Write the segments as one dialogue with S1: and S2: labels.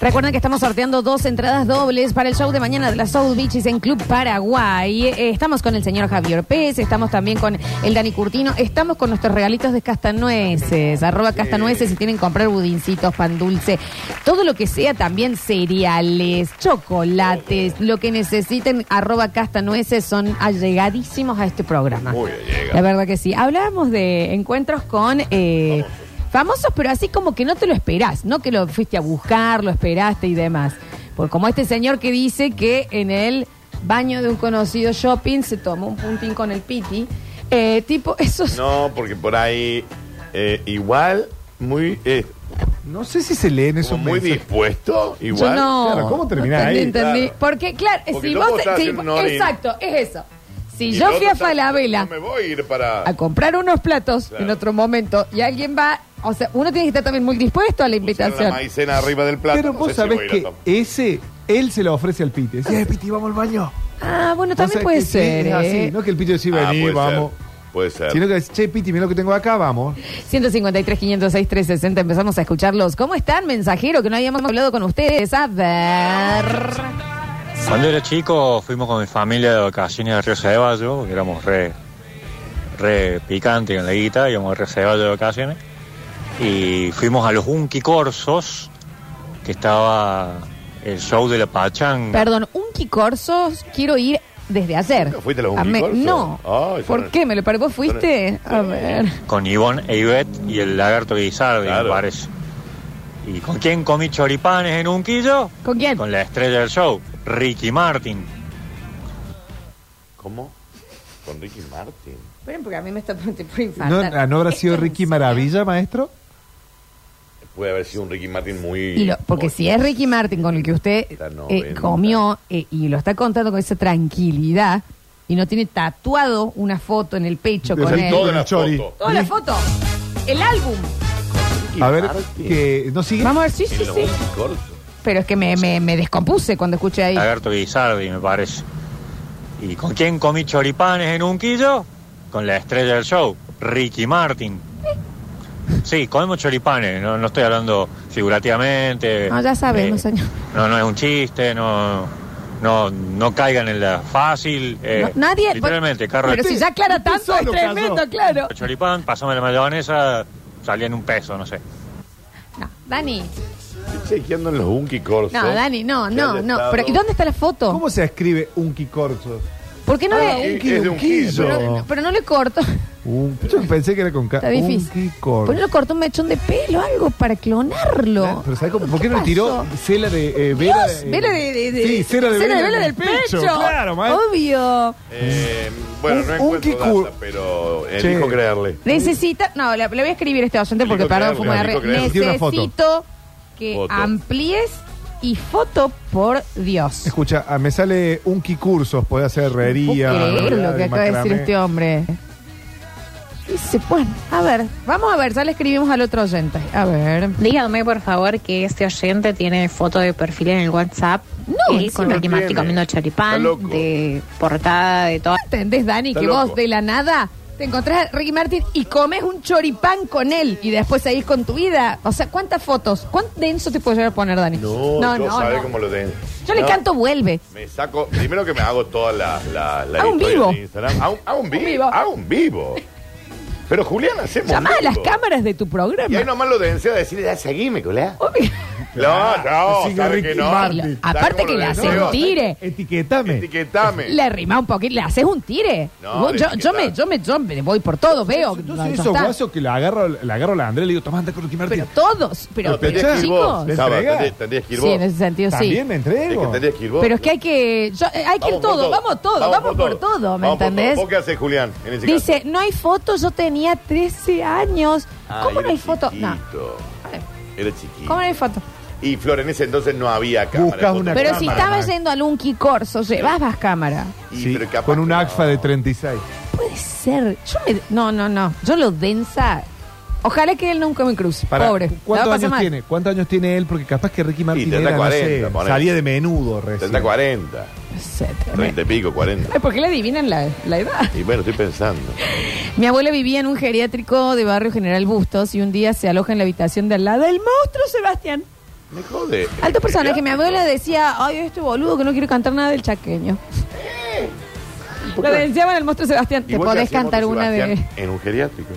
S1: Recuerden que estamos sorteando dos entradas dobles para el show de mañana de las South Beaches en Club Paraguay. Eh, estamos con el señor Javier Pérez, estamos también con el Dani Curtino, estamos con nuestros regalitos de castanueces, arroba castanueces si tienen que comprar budincitos, pan dulce, todo lo que sea también cereales, chocolates, lo que necesiten, arroba castanueces son allegadísimos a este programa.
S2: Muy allegado.
S1: La verdad que sí. Hablábamos de encuentros con... eh, Famosos, pero así como que no te lo esperás, no que lo fuiste a buscar, lo esperaste y demás. Por como este señor que dice que en el baño de un conocido shopping se tomó un puntín con el piti. Eh, tipo, esos.
S2: No, porque por ahí eh, igual, muy, eh,
S3: No sé si se leen
S2: como
S3: esos
S2: muy
S3: mensajes.
S2: dispuesto,
S1: Yo
S2: igual.
S1: no.
S3: claro, ¿cómo terminás
S1: no
S3: ahí?
S1: Entendí, entendí.
S2: Claro.
S1: Porque, claro,
S2: Porque
S1: si
S2: el
S1: vos.
S2: loco está
S1: si-
S2: haciendo un orín.
S1: exacto, es eso. Si
S2: Y
S1: yo
S2: el
S1: fui
S2: otro
S1: a
S2: está-
S1: Falabella
S2: No me voy a ir para.
S1: a comprar unos platos
S2: Claro.
S1: en otro momento y alguien va. O sea, uno tiene que estar también muy dispuesto a la
S2: Pusieron
S1: invitación.
S2: La maicena arriba del plato.
S3: Pero
S2: no
S3: vos
S2: sé si
S3: sabés
S2: voy a ir a
S3: que
S2: tomar.
S3: ese, él se lo ofrece al Piti. Dice, "Eh, Piti, vamos al baño.
S1: Ah, bueno, también
S3: Vos sabés
S1: puede
S3: que sí,
S1: ser.
S3: es así,
S1: ¿eh?
S3: No que el Piti decía,
S2: Ah,
S3: vení,
S2: puede
S3: vamos.
S2: ser, Puede ser.
S3: Sino que dice, che, Piti, mirá lo que tengo acá, vamos.
S1: 153, 506, 360. Empezamos a escucharlos. ¿Cómo están, mensajero? Que no habíamos hablado con ustedes. A ver.
S4: Cuando era chico fuimos con mi familia de vacaciones a Río Ceballos, porque éramos re, re picantes con la guita, íbamos a Río Ceballos de vacaciones, y fuimos a los Unki Corsos, que estaba el show de la Pachanga.
S1: Perdón, un Corso quiero ir desde ayer.
S2: ¿Nunca fuiste a Ah, los
S1: A me-
S2: Unquicorsos?
S1: No.
S2: Ay, son-
S1: ¿Por qué? ¿Me lo paré? ¿Vos fuiste?
S2: son-
S1: A ver.
S4: con Ivonne Eivet y el lagarto Guisardi,
S2: Claro.
S4: me parece. ¿Y con quién comí choripanes en un quillo?
S1: ¿Con quién?
S4: Con la estrella del show, Ricky Martin.
S2: ¿Cómo? Con Ricky Martin.
S1: Esperen, porque a mí me está te puede
S3: ¿No,
S1: infartar.
S3: ah, ¿no habrá
S1: Esto
S3: sido
S1: es-
S3: Ricky Maravilla, maestro?
S2: Puede haber sido un Ricky Martin muy.
S1: Y lo- porque
S2: muy-
S1: si es Ricky Martin con el que usted
S2: Está
S1: eh,
S2: noventa.
S1: comió eh, y lo está contando con esa tranquilidad y no tiene tatuado una foto en el pecho
S3: De
S1: con
S3: Ricky
S1: él.
S2: Toda
S3: con
S2: la
S3: el chori.
S2: foto.
S1: Toda la foto. El álbum.
S2: Ricky
S3: A ver,
S2: Martin.
S3: que ¿no sigue?
S1: Vamos a ver, sí,
S2: En
S1: sí,
S2: los
S1: sí.
S2: Unquicorsos.
S1: Pero es que me, me, me descompuse cuando escuché ahí.
S4: Lagarto Guisardi, me parece. ¿Y con quién comí choripanes en un quillo? Con la estrella del show, Ricky Martin. Sí, comemos choripanes, no, no estoy hablando figurativamente.
S1: No, ya sabemos, señor.
S4: No, no es un chiste, no, no, no caigan en la fácil. eh,
S1: No, nadie.
S4: Literalmente, carro de
S1: Pero si ya aclara tanto, es
S3: solo casó.
S1: tremendo, claro.
S4: choripán, pasame la mayonesa, salía en un peso, no sé.
S1: No, Dani.
S2: Estoy chequeando en los Unki Corsos.
S1: No, Dani, no,
S2: que
S1: no,
S2: han
S1: no.
S2: estado-
S1: Pero, ¿Y dónde está la foto?
S3: ¿Cómo Ah, se escribe un quicorzo?
S1: ¿Por qué no
S2: eh,
S1: le.?
S2: es de Unquillo.
S1: Pero, pero no le corto.
S3: Un, yo pensé que era con K.
S1: Está difícil.
S3: Un quicorzo.
S1: Ponle corto un mechón de pelo, algo para clonarlo.
S3: Pero ¿sabes cómo? ¿Por qué
S1: ¿Qué
S3: no le tiró
S1: pasó?
S3: cera de eh, vela?
S1: Dios,
S3: eh,
S1: vela de, de- de-
S3: sí, cera de vela, en
S1: del
S3: el
S1: pecho.
S3: Claro, maestro.
S1: Obvio.
S2: Eh, bueno,
S3: Un-
S2: no
S3: un
S2: encuentro
S3: Kiku-
S2: data, pero
S3: Che.
S2: elijo creerle.
S1: Necesita. No, le, le voy a escribir a este oyente porque,
S2: Nico
S1: perdón,
S2: Creer,
S1: fue una
S2: Nico
S1: re-
S2: Creer.
S3: Tiene una foto.
S1: Necesito que
S2: Foto.
S1: amplíes y foto por Dios.
S3: Escucha, ah, me sale un Cursos, puede hacer herrería.
S1: No puedo creer lo que
S3: de
S1: acaba de decir
S3: macramé.
S1: este hombre. Dice, bueno, a ver, vamos a ver, ya le escribimos al otro oyente. A ver.
S5: Díganme, por favor, que este oyente tiene foto de perfil en el WhatsApp.
S1: No,
S5: Él con
S2: encima
S5: Ricky Martin
S2: tiene.
S5: comiendo
S2: Está
S5: choripán,
S2: loco.
S5: de portada, de todo.
S1: ¿Entendés, Dani,
S2: Está
S1: que
S2: loco.
S1: vos de la nada te encontrás a Ricky Martin y comes un choripán con él y después seguís con tu vida? O sea, ¿cuántas fotos? ¿Cuán denso te puedo llegar a poner, Dani?
S2: No, no, yo sabe cómo lo tengo.
S1: Yo le
S2: No.
S1: canto vuelve.
S2: Me saco, primero que me hago toda la, la, la
S1: A un
S2: historia
S1: vivo.
S2: de Instagram. A un, a un
S1: Un vivo.
S2: vivo. A un vivo. Pero Julián hacemos.
S1: Llamá a las
S2: vivo.
S1: cámaras de tu
S2: Y ahí
S1: programa.
S2: nomás lo dense a decir, ya "Ah, seguime, colega.
S1: Obvio.
S2: No, no,
S3: sigue
S2: sabe
S3: Ricky
S2: que no.
S3: Martin.
S2: ¿Sabe
S1: Aparte
S2: cómo
S1: que
S2: lo
S1: le haces
S2: deseo?
S1: un tire.
S3: Etiquetame.
S2: Etiquetame.
S1: Le arrimás un poquito, le haces un tire.
S2: No,
S1: Vos- yo,
S2: le-
S1: yo me, yo, me, yo me voy por todo, veo.
S3: Entonces,
S1: Ya
S3: esos
S1: está.
S3: guasos que le agarro, le agarro a la Andrea y le digo, tomá, anda con Ricky Martin.
S1: Pero todos, pero,
S2: No,
S1: pero,
S2: tendrías que ir vos.
S1: chicos.
S3: ¿Le
S2: Saba,
S3: entregás?
S2: tendrías- tendrías que ir
S1: Sí, en
S2: vos.
S1: ese sentido
S3: También
S1: sí.
S3: me entrego.
S2: Es que tendrías que ir vos.
S1: Pero es que hay que, yo- eh, hay que ir
S2: Vamos por
S1: todo, vamos todo, vamos, por todo, ¿me
S2: Vamos por
S1: entendés?
S2: todo. ¿Vos qué haces, Julián? En ese
S1: Dice, no hay foto, yo tenía 13 años.
S2: caso?
S1: ¿Cómo
S2: Ay,
S1: no hay
S2: Ah, era
S1: foto? No.
S2: chiquito. Era chiquito.
S1: ¿Cómo no hay foto?
S2: Y Flor, en ese entonces no había cámara.
S3: Buscas
S2: de
S3: una
S2: fotos.
S1: Pero
S3: cámara,
S1: si estabas
S3: Max.
S1: yendo al Unki Corso, llevabas cámara.
S2: Y,
S3: Sí,
S2: pero capaz
S3: con un
S2: que no.
S3: ACFA de 36.
S1: Puede ser. Yo me- No, no, no. Yo lo densa. Ojalá que él nunca me cruce.
S3: Pará,
S1: Pobre.
S3: ¿cu-
S1: La va
S3: ¿Cuántos
S1: a pasar
S3: años
S1: mal.
S3: tiene? ¿Cuántos años tiene él? Porque capaz que Ricky Martin
S2: tendrá
S3: era, no sé,
S2: 40, ponele.
S3: salía de menudo recién.
S2: Tendrá 40,
S1: Sí,
S2: 30 y pico, 40.
S1: Ay, ¿Por qué le adivinan la, la edad?
S2: Y bueno, estoy pensando.
S1: Mi abuela vivía en un geriátrico de barrio General Bustos y un día se aloja en la habitación de al lado del monstruo Sebastián.
S2: Me jode.
S1: Alto personaje, mi abuela decía, ay, este boludo que no quiere cantar nada del chaqueño. Lo decían el monstruo Sebastián. Te
S2: Igual que
S1: podés
S2: hacíamos
S1: cantar una de...
S2: Sebastián En un geriátrico.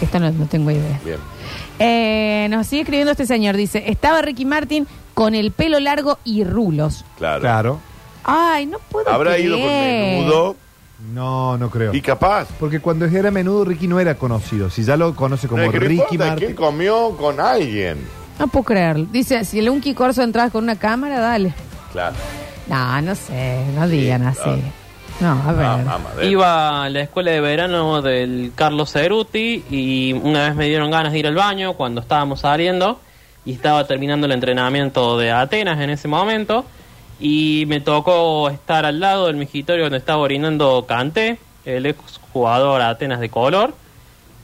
S1: Esta no, no tengo idea.
S2: Bien.
S1: Eh, nos sigue escribiendo este señor, dice, estaba Ricky Martin con el pelo largo y rulos.
S2: Claro.
S3: Claro.
S1: Ay, no puedo
S2: Habrá ido con
S1: creer.
S2: menudo
S3: No, no creo.
S2: y capaz.
S3: Porque cuando era menudo, Ricky no era conocido. Si ya lo conoce como
S2: no, es que no
S3: Ricky
S2: importa,
S3: Martin.
S2: que él comió con alguien.
S1: No puedo creerlo. Dice, si el Unki Corso entras con una cámara, dale.
S2: Claro.
S1: No, no sé, no digan así. No, a ver.
S2: Ah, mamadera.
S6: Iba a la escuela de verano del Carlos Ceruti y una vez me dieron ganas de ir al baño cuando estábamos saliendo y estaba terminando el entrenamiento de Atenas en ese momento y me tocó estar al lado del migitorio donde estaba orinando Kanté, el ex jugador Atenas de color.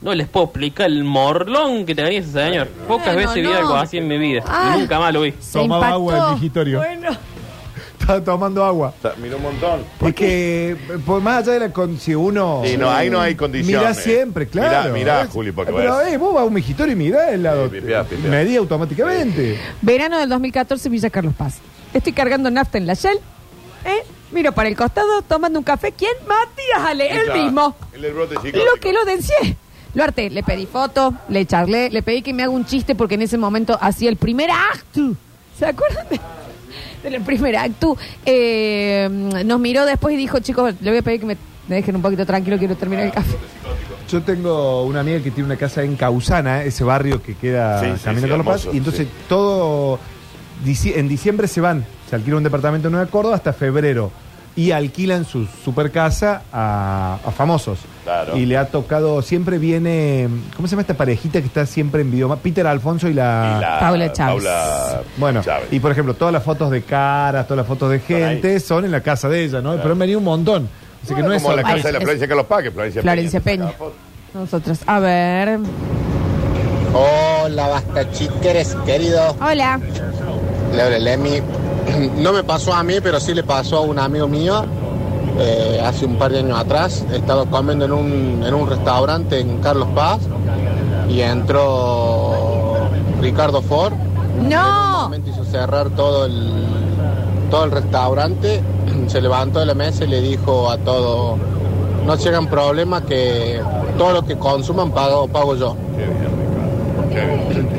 S6: No les puedo explicar el morlón que tenía ese señor. Pocas
S1: Bueno,
S6: veces vi
S1: no.
S6: algo así en mi vida.
S1: Ah.
S6: Nunca más lo vi.
S1: Se
S3: Tomaba
S1: impactó.
S3: agua el migitorio.
S1: Bueno.
S3: Estaba tomando agua.
S2: Está- Mira un montón.
S3: Porque por más allá de la con si uno.
S2: Sí, no, ahí no hay condiciones.
S3: Mirá siempre, claro.
S2: Mirá, mirá,
S3: Es-
S2: Juli, porque
S3: Pero
S2: ves.
S3: eh, vos vas a un migitorio y mirá el lado.
S2: Sí, pipiá, pipiá.
S3: Medí automáticamente.
S1: Verano del 2014, Villa Carlos Paz. Estoy cargando nafta en la Shell. ¿eh? Miro para el costado, tomando un café. ¿Quién? Matías Ale, él
S2: Está-
S1: mismo.
S2: El del brote psicótico.
S1: Lo que lo dencié. Lo harté, le pedí foto, le charlé, le pedí que me haga un chiste porque en ese momento hacía el primer acto. ¿Se acuerdan de- del primer acto? Eh, nos miró después y dijo, chicos, le voy a pedir que me dejen un poquito tranquilo, quiero terminar el café.
S3: Yo tengo una amiga que tiene una casa en Causana, ese barrio que queda
S2: Sí,
S3: Camino
S2: sí,
S3: Camino
S2: sí,
S3: Carlos Paz,
S2: hermoso,
S3: y entonces
S2: sí.
S3: todo dici- en diciembre se van, se alquila un departamento en Nueva Córdoba hasta febrero y alquilan su super casa a, a famosos.
S2: Claro.
S3: Y le ha tocado, siempre viene, ¿cómo se llama esta parejita que está siempre en videoma? Peter Alfonso y la...
S2: Y la-
S1: Paula Chávez.
S2: Paula
S3: Ah. Bueno,
S2: Chávez.
S3: y por ejemplo, todas las fotos de caras, todas las fotos de
S2: Son ahí.
S3: gente son en la casa de ella, ¿no? Pero han venido un montón. Así que no es
S2: como la
S3: sorpresa.
S2: casa de la
S1: es-
S2: Florencia Carlos Paz, que Florencia,
S1: Florencia Peña.
S2: te sacaba foto.
S1: Nosotros, a ver.
S7: Hola, basta chiqueres, querido.
S1: Hola.
S7: Laura Lemi. No me pasó a mí, pero sí le pasó a un amigo mío eh, hace un par de años atrás. Estaba comiendo en un, en un restaurante en Carlos Paz y entró Ricardo Ford.
S1: No.
S7: Momento hizo cerrar todo el, todo el restaurante, se levantó de la mesa y le dijo a todo, no se hagan problemas que todo lo que consuman pago, pago yo.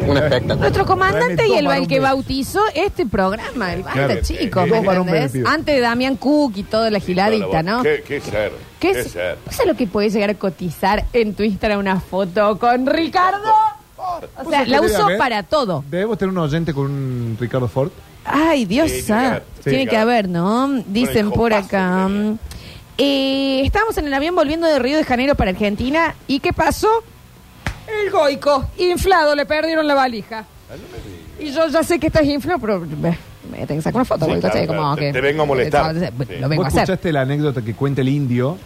S7: Un espectáculo.
S1: Nuestro comandante
S3: Dame
S1: y
S3: dos
S1: el,
S3: para
S1: el
S3: un
S1: que
S3: beso.
S1: bautizó este programa, el banda,
S3: Claro,
S1: chicos,
S3: eh,
S1: ¿me
S3: dos para un
S1: entendés?
S3: beneficio.
S1: Antes de Damián Cook y toda la giladita, ¿no?
S2: Qué, qué ser.
S1: ¿Qué
S2: Qué,
S1: es,
S2: ser.
S1: ¿Vos sabés lo que puede llegar a cotizar en tu Instagram una foto con Ricardo? O sea,
S3: ¿Vos
S1: la
S3: sabés,
S1: usó
S3: Damián?
S1: para todo.
S3: Debemos ¿eh? tener un oyente con un Ricardo Ford.
S1: Ay, Dios
S2: Sí, tiene que
S1: santo.
S2: haber,
S1: tiene,
S2: tiene
S1: que
S2: que
S1: haber, ¿no? Dicen por
S2: copazo que
S1: acá.
S2: tenía.
S1: Eh, estábamos en el avión volviendo de Río de Janeiro para Argentina. ¿Y qué pasó? El goico, inflado, le perdieron la
S2: Ah,
S1: valija. Y yo ya sé que estás inflado, pero me, me tengo que sacar una foto.
S2: Sí,
S1: porque,
S2: claro,
S1: che,
S2: claro.
S1: como
S2: Te-
S1: que-
S2: te vengo a molestar. Sí.
S1: Lo vengo a
S3: ¿Vos
S1: hacer.
S3: escuchaste la anécdota que cuenta el indio?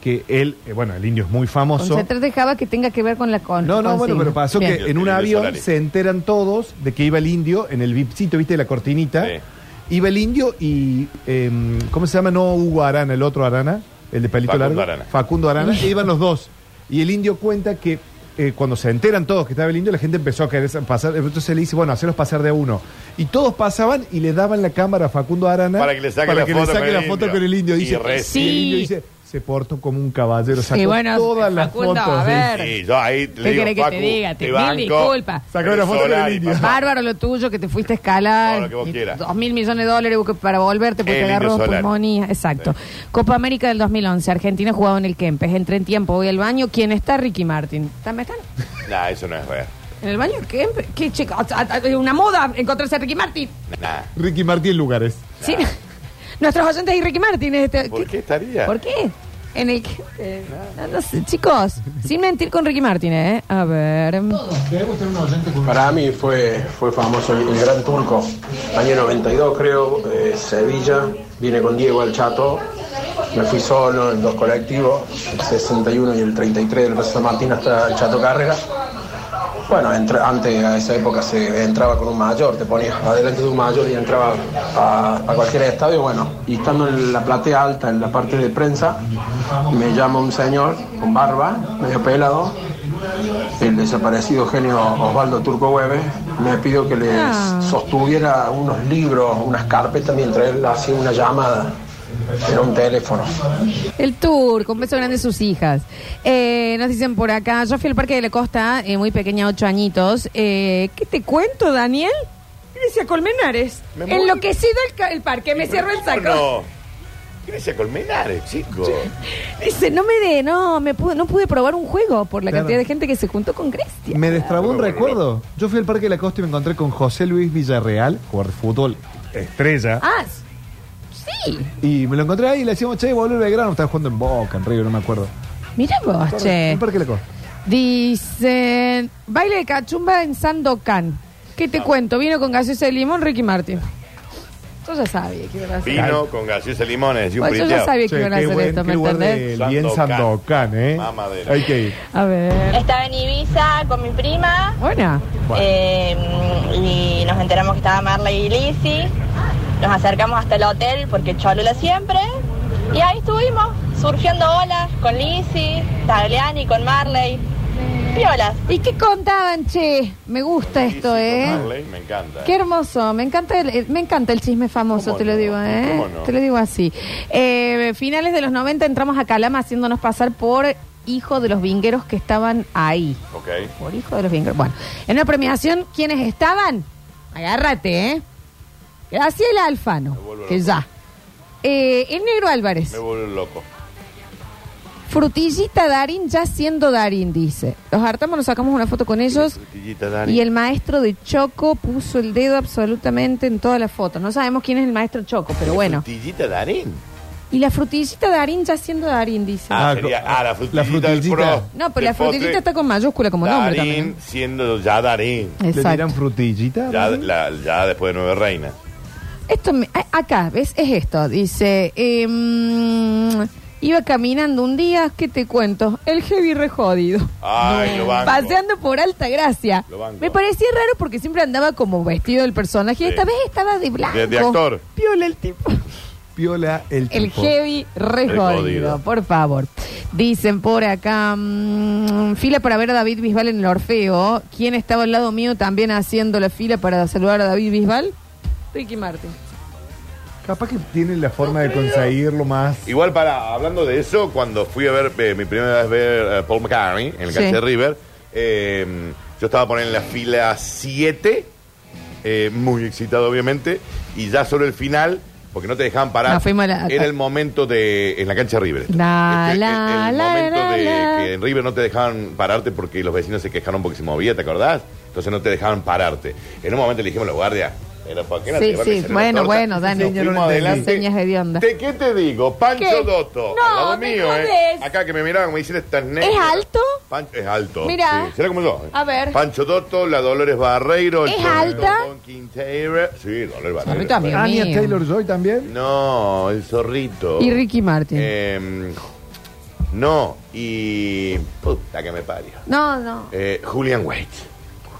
S3: Que él, eh, bueno, el indio es muy famoso.
S1: Concentrar dejaba que tenga que ver con la con.
S3: No, no, bueno,
S1: consigna.
S3: pero pasó
S1: Bien.
S3: que en un
S2: El
S3: avión
S2: Solari.
S3: se enteran todos de que iba el indio en el vipcito, viste, de la cortinita.
S2: Sí.
S3: Iba el indio y, em, ¿cómo se llama? No Hugo Arana, el otro Arana, el de pelito
S2: Facundo
S3: largo.
S2: Arana.
S3: Facundo Arana. e iban los dos. Y el indio cuenta que eh, cuando se enteran todos que estaba el indio, la gente empezó a querer pasar. Entonces le dice, bueno, hacerlos pasar de a uno. Y todos pasaban y le daban la cámara a Facundo Arana
S2: Para que le saque
S3: para
S2: la
S3: que
S2: foto con
S3: la
S2: el
S3: foto
S2: indio.
S3: con el indio.
S2: Y
S3: Dice,
S2: recién-
S3: y el indio
S1: Sí.
S3: dice, se portó como un caballero. Sacó
S1: Sí, bueno,
S3: todas las
S1: Facundo,
S3: fotos.
S1: a
S3: ¿eh?
S1: ver.
S2: Sí, yo ahí te
S1: ¿Qué
S2: digo,
S1: querés que
S2: Facu,
S1: te diga? Te
S2: te
S1: mil
S2: banco.
S1: disculpas.
S3: Sacá una foto con el
S2: Solari,
S3: indio.
S2: papá.
S1: Bárbaro lo tuyo, que te fuiste a escalar.
S2: Todo lo que vos
S1: Y
S2: quieras.
S1: Dos mil millones de dólares busque- para volverte porque
S2: El
S1: te agarró
S2: Indio Solari.
S1: pulmonía. Exacto. Copa América del 2011. Argentina jugaba en el Kempes. Entré en tiempo, voy al baño. ¿Quién está? Ricky Martin. ¿También están?
S2: Nah, eso no es real.
S1: ¿En el baño del Kempes? ¿Qué, chica? O sea, es Una moda encontrarse a Ricky Martin.
S2: Nah.
S3: Ricky Martín Lugares.
S1: Sí. Nuestros oyentes y Ricky Martin. este,
S2: ¿Por qué estaría?
S1: ¿Por qué? En el Kempes. No, no sé. Chicos, sin mentir con Ricky Martin, ¿eh? A ver.
S8: Para mí fue, fue famoso el, el Gran Turco, año 92 creo, eh, Sevilla, vine con Diego al Chato, me fui solo en dos colectivos, el 61 y el 33 del Plaza San Martín hasta el Chato Carrera. Bueno, entra- antes a esa época se entraba con un mayor, te ponías adelante de un mayor y entraba a, a cualquier estadio. Bueno, y estando en la platea alta, en la parte de prensa, me llama un señor con barba, medio pelado, el desaparecido genio Osvaldo Turco Güemes, me pidió que le
S1: Ah.
S8: sostuviera unos libros, unas carpetas mientras él hacía una llamada. Era un teléfono.
S1: El turco, un beso grande a sus hijas. Eh, nos dicen por acá, yo fui al Parque de la Costa, eh, muy pequeña, ocho añitos. Eh, ¿Qué te cuento, Daniel? Grecia Colmenares.
S2: Me muero.
S1: Enloquecido el, ca- el parque, me cierro el saco.
S2: No. Grecia Colmenares, chico.
S1: Dice, no me de, no, me pude, no pude probar un juego por la
S3: Claro.
S1: cantidad de gente que se juntó con Grecia.
S3: Me destrabó un
S2: Bueno,
S3: recuerdo. Yo fui al Parque de la Costa y me encontré con José Luis Villarreal, jugador de fútbol estrella.
S1: Ah, s- sí.
S3: Y me lo encontré ahí y le decíamos, che, boludo, Belgrano, estaba jugando en Boca, en River, no me acuerdo.
S1: Mira vos, che.
S3: El Parque de la Costa.
S1: Dicen, baile de cachumba en Sandokan. ¿Qué te cuento? Vino con gaseosa de limón Ricky Martin. Yo ya sabía que iba a hacer.
S2: Vino con gaseosa de limones y un
S1: Bueno, Pues yo ya
S2: briteado.
S1: sabía que
S3: Che,
S1: iban a hacer
S3: buen-
S1: esto, ¿me
S3: qué lugar
S1: entendés?
S3: de bien
S2: Sandokan.
S3: Sandokan, ¿eh?
S2: Mamadera.
S3: Hay que ir.
S1: A ver.
S9: Estaba en Ibiza con mi prima
S1: Buena.
S3: Bueno.
S9: eh, y nos enteramos que estaba Marley y Lizzy. Nos acercamos hasta el hotel porque Cholula siempre. Y ahí estuvimos, surgiendo olas con Lizzy, Tagliani, con Marley. Piolas.
S1: ¿Y qué contaban, che? Me gusta esto,
S2: Sí, sí,
S1: ¿eh?
S2: con Marley, Me encanta.
S1: Qué hermoso, me encanta el, eh, me encanta el chisme famoso,
S2: ¿Cómo
S1: te lo
S2: no?
S1: digo, ¿eh?
S2: ¿Cómo no?
S1: Te lo digo así. Eh, finales de los 90 entramos a Calama haciéndonos pasar por hijo de los vingueros que estaban ahí.
S2: Ok.
S1: Por hijo de los vingueros. Bueno, en una premiación, ¿quiénes estaban? Agárrate, ¿eh? Graciela Alfano,
S2: Me vuelvo
S1: que
S2: loco.
S1: ya. Eh, el Negro Álvarez.
S2: Me vuelvo loco.
S1: Frutillita Darín, ya siendo Darín, dice. Los hartamos, nos sacamos una foto con ellos.
S2: Frutillita, Dani.
S1: Y el maestro de Choco puso el dedo absolutamente en todas las fotos. No sabemos quién es el maestro Choco, pero bueno.
S2: Frutillita Darín.
S1: Y la frutillita Darín ya siendo Darín, dice.
S2: Ah,
S3: Ah,
S2: sería-
S3: co-
S2: ah, la
S3: la
S2: frutillita, del
S3: frutillita.
S2: pro.
S1: no, pero la
S2: Del postre.
S1: frutillita está con mayúscula como nombre
S2: Darín
S1: también. ¿eh?
S2: siendo ya Darín.
S1: ¿no?
S3: ¿Le tiran
S1: Exacto.
S3: frutillita?
S2: Ya,
S3: Dani?
S2: la- ya después de Nueve Reinas.
S1: Esto me- a- acá, ¿ves? Es esto. Dice, em, iba caminando un día, ¿qué te cuento? El heavy re jodido.
S2: Ay, lo banco.
S1: Paseando por Alta Gracia.
S2: Lo banco.
S1: Me parecía raro porque siempre andaba como vestido del personaje. Y
S2: Sí.
S1: esta vez estaba de blanco.
S2: De- de actor.
S1: Piola el tipo.
S3: Piola el tipo.
S1: El heavy re
S2: Re
S1: jodido,
S2: jodido.
S1: por favor. Dicen por acá, mm, fila para ver a David Bisbal en el Orfeo. ¿Quién estaba al lado mío también haciendo la fila para saludar a David Bisbal? Ricky Martin.
S3: Capaz que tiene la forma de conseguirlo más.
S2: Igual para, hablando de eso, cuando fui a ver, eh, mi primera vez ver a Paul McCartney en el
S1: Sí.
S2: cancha de River, eh, yo estaba poniendo en la fila 7, eh, muy excitado obviamente, y ya sobre el final, porque no te dejaban parar,
S1: No, fuimos a la-
S2: era el momento de, en la cancha de River. esto.
S1: La,
S2: Este, el-
S1: la,
S2: el,
S1: la,
S2: momento
S1: la,
S2: de
S1: la.
S2: que en River no te dejaban pararte porque los vecinos se quejaron porque se movía, ¿te acordás? Entonces no te dejaban pararte. En un momento le dijimos a los guardias, era ¿por qué no
S1: Sí,
S2: te van a
S1: sí,
S2: hacer la
S1: bueno,
S2: torta?
S1: bueno, Dani.
S2: Nos
S1: Señor,
S2: fuimos
S3: no entendí.
S2: adelante.
S1: Señas hediondas.
S2: ¿Te- ¿Qué te digo? Pancho
S1: ¿Qué?
S2: Dotto.
S1: No,
S2: al lado
S1: me
S2: mío, ¿eh?
S1: jodés.
S2: Acá que me miraban, me dicen estas negras.
S1: alto?
S2: Pancho, es alto.
S1: Mirá.
S2: Sí, Será como yo. ¿eh?
S1: A ver.
S2: Pancho Dotto, la Dolores Barreiro. el
S1: ¿Es
S2: Chorrito
S1: alta?
S2: Don Quinteiro. Sí, Dolores Barreiro.
S1: Chorrito a mí.
S3: Ah, Anya
S1: mío.
S3: Taylor Joy también.
S2: No, el zorrito.
S1: Y Ricky Martin.
S2: Oh. Eh, no, y. Puta que me parió.
S1: No, no,
S2: Eh, Julian Wade.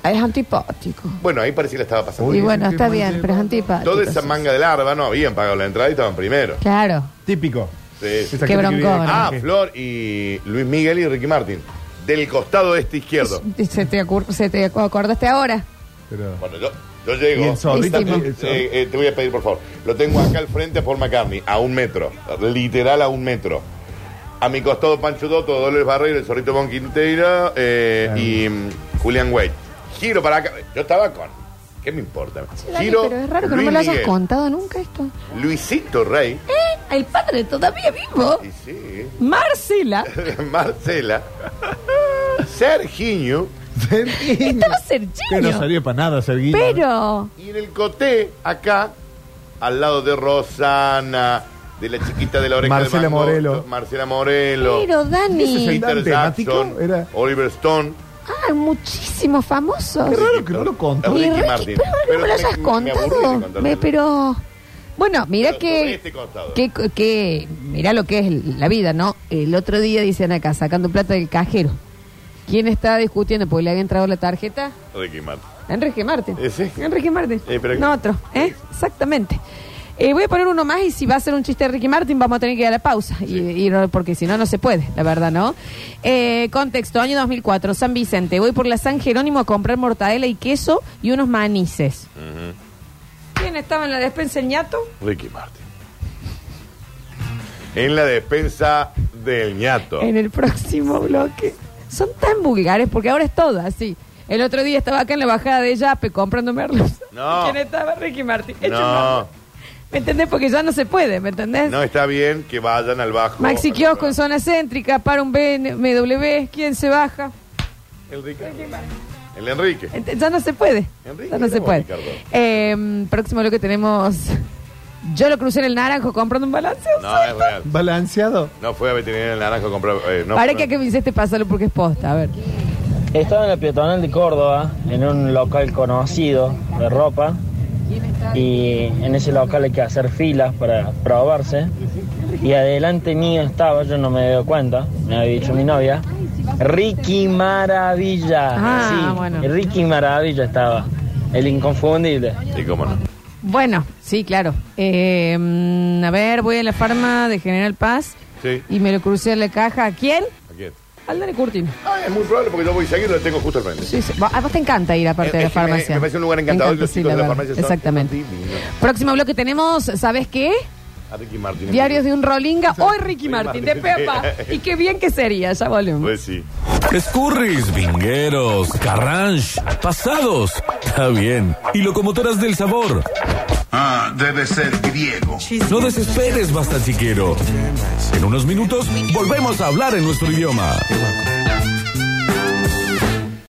S1: es antipático.
S2: Bueno, ahí parecía que la estaba pasando.
S3: Uy,
S1: y
S2: bien.
S1: bueno,
S3: ese
S1: está
S3: tipo
S1: bien,
S3: antipático.
S1: pero es antipático.
S2: Toda esa
S1: sí.
S2: manga de larva no habían pagado la entrada y estaban primero.
S1: Claro.
S3: Típico.
S2: Sí, sí.
S3: Esa
S1: Qué
S3: gente que vive
S1: broncón.
S3: acá.
S2: Ah, Flor y Luis Miguel y Ricky Martin. Del costado este izquierdo.
S1: Se te, ocur- se te acordaste ahora.
S3: Pero-
S2: Bueno, yo, yo llego.
S3: Y el zorrito,
S1: Este
S2: Eh,
S3: el zorrito.
S2: eh, eh, te voy a pedir, por favor. Lo tengo acá al frente a Paul McCartney, a un metro. Literal a un metro. A mi costado Pancho Dotto, Dolores Barreiro, el zorrito Bon Quintero eh,
S3: Claro.
S2: y mm, Julián Wade. Giro para acá. Yo estaba con. ¿Qué me importa?
S1: Dani,
S2: Giro.
S1: pero es raro que no
S2: Luis
S1: me lo ¿Eh? hayas
S2: Miguel.
S1: contado nunca esto.
S2: Luisito Rey.
S1: El padre todavía vivo.
S2: Y sí.
S1: Marcela.
S2: Marcela. Sergiño.
S3: Sergiño.
S1: Estaba
S3: Que no
S1: Sergio.
S3: salió para nada, Sergiño.
S1: Pero.
S2: Y en el coté, acá, al lado de Rosana, de la chiquita de la oreja
S3: Marcela
S2: de Van Gogh,
S3: Morelo.
S2: Marcela Morelo.
S1: Pero,
S3: Ese
S1: Dani.
S3: señor-
S2: Peter
S3: temático,
S2: Jackson,
S3: era-
S2: Oliver Stone,
S1: Ah, muchísimos famosos.
S3: Qué raro que no lo contó.
S1: Y
S2: Ricky
S1: Ricky,
S2: Martin.
S1: pero no me lo hayas
S2: me aburrí de
S1: contado.
S2: contártelo.
S1: Me- pero. Bueno, mira
S2: Pero sobre
S1: que,
S2: este costado.
S1: que, que- Mira lo que es la vida, ¿no? El otro día dicen acá, sacando plata del cajero. ¿Quién está discutiendo porque le había entrado la tarjeta?
S2: Ricky Martin.
S1: Enrique Martin.
S2: Eh, sí.
S1: Enrique Martin.
S2: Eh, pero-
S1: No otro, ¿eh? Exactamente. Eh, voy a poner uno más y si va a ser un chiste de Ricky Martin vamos a tener que ir a la pausa, y- y no- porque si no, no se puede, la verdad, ¿no? Eh, contexto, año 2004, San Vicente. Voy por la San Jerónimo a comprar mortadela y queso y unos manices. ¿Quién estaba en la despensa, el ñato?
S2: Ricky Martin. En la despensa del ñato.
S1: En el próximo bloque. Son tan vulgares porque ahora es todo así. El otro día estaba acá en la bajada de Yape comprando merlos.
S2: No.
S1: ¿Quién estaba? Ricky Martin. Echa un
S2: No,
S1: ¿Me entendés? Porque ya no se puede, ¿me entendés?
S2: no está bien que vayan al bajo.
S1: Maxi Kiosco en zona céntrica, para un BMW, ¿quién se baja?
S2: El Ricky. El Enrique.
S1: Ent- Ya no se puede.
S2: Enrique,
S1: Ya no se
S2: vos,
S1: puede.
S2: Ricardo.
S1: Eh, próximo lo que tenemos. Yo lo crucé en el naranjo comprando un balance.
S2: No, es real.
S3: Balanceado.
S2: No fue a veterinaria el naranjo a comprar. eh, no,
S1: Para
S2: fue-
S1: que que me hiciste pasarlo porque es posta, a ver.
S10: Estaba en la peatonal de Córdoba, en un local conocido de ropa, y en ese local hay que hacer filas para probarse. Y adelante mío estaba, yo no me había dado cuenta, me había dicho mi novia, Ricky Maravilla.
S1: Ah,
S10: sí,
S1: bueno.
S10: Ricky Maravilla estaba, el inconfundible.
S2: Y cómo no.
S1: Bueno, sí, claro. Eh, mm, a ver, voy a la farma de General Paz
S2: Sí.
S1: y me lo crucé en la caja. ¿A quién?
S2: ¿A quién?
S1: Al Dani Curtino.
S2: Ah, es muy probable porque yo voy seguido, lo tengo justo al frente.
S1: Sí, sí. Va- A vos te encanta ir aparte
S2: Es-
S1: de la
S2: es que Eh, me-
S1: farmacia.
S2: me parece un lugar
S1: Te
S2: encantador,
S1: encanta,
S2: los
S1: sí,
S2: chicos
S1: la
S2: de la
S1: verdad.
S2: farmacia son
S1: Exactamente.
S2: divinos.
S1: Próximo bloque tenemos, ¿sabes qué?
S2: A Ricky Martin.
S1: Diarios de un Rolinga. Hoy Ricky
S2: Ricky
S1: Martin,
S2: Martin.
S1: de Pepa. Y qué bien que sería, ya volvemos.
S2: Pues sí.
S11: Escurris, vingueros, carranche, pasados. Está bien. Y locomotoras del sabor.
S12: Ah, debe ser griego.
S11: No desesperes, basta chiquero. En unos minutos volvemos a hablar en nuestro idioma.